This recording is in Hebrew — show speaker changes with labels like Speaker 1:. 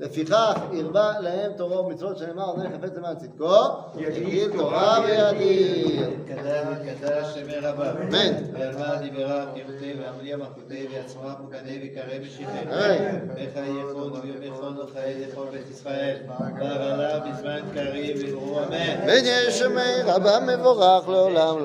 Speaker 1: לפיכך הרבה להם תורה ומצוות שנאמר עונה חפץ למען צדקו, יגיל תורה וידיר.
Speaker 2: קדם קדש שמי רבה.
Speaker 1: אמן.
Speaker 2: ועלמה דיברה תרתי ועמליה מלכותי ועצמה פוקדי וקרא משיחי.
Speaker 1: אמן.
Speaker 2: וחי יחון וביום יחון וחי לכל בית ישראל. בער עליו בזמן קריב וברור אמן.
Speaker 1: בן יש שמי רבה מבורך לעולם לא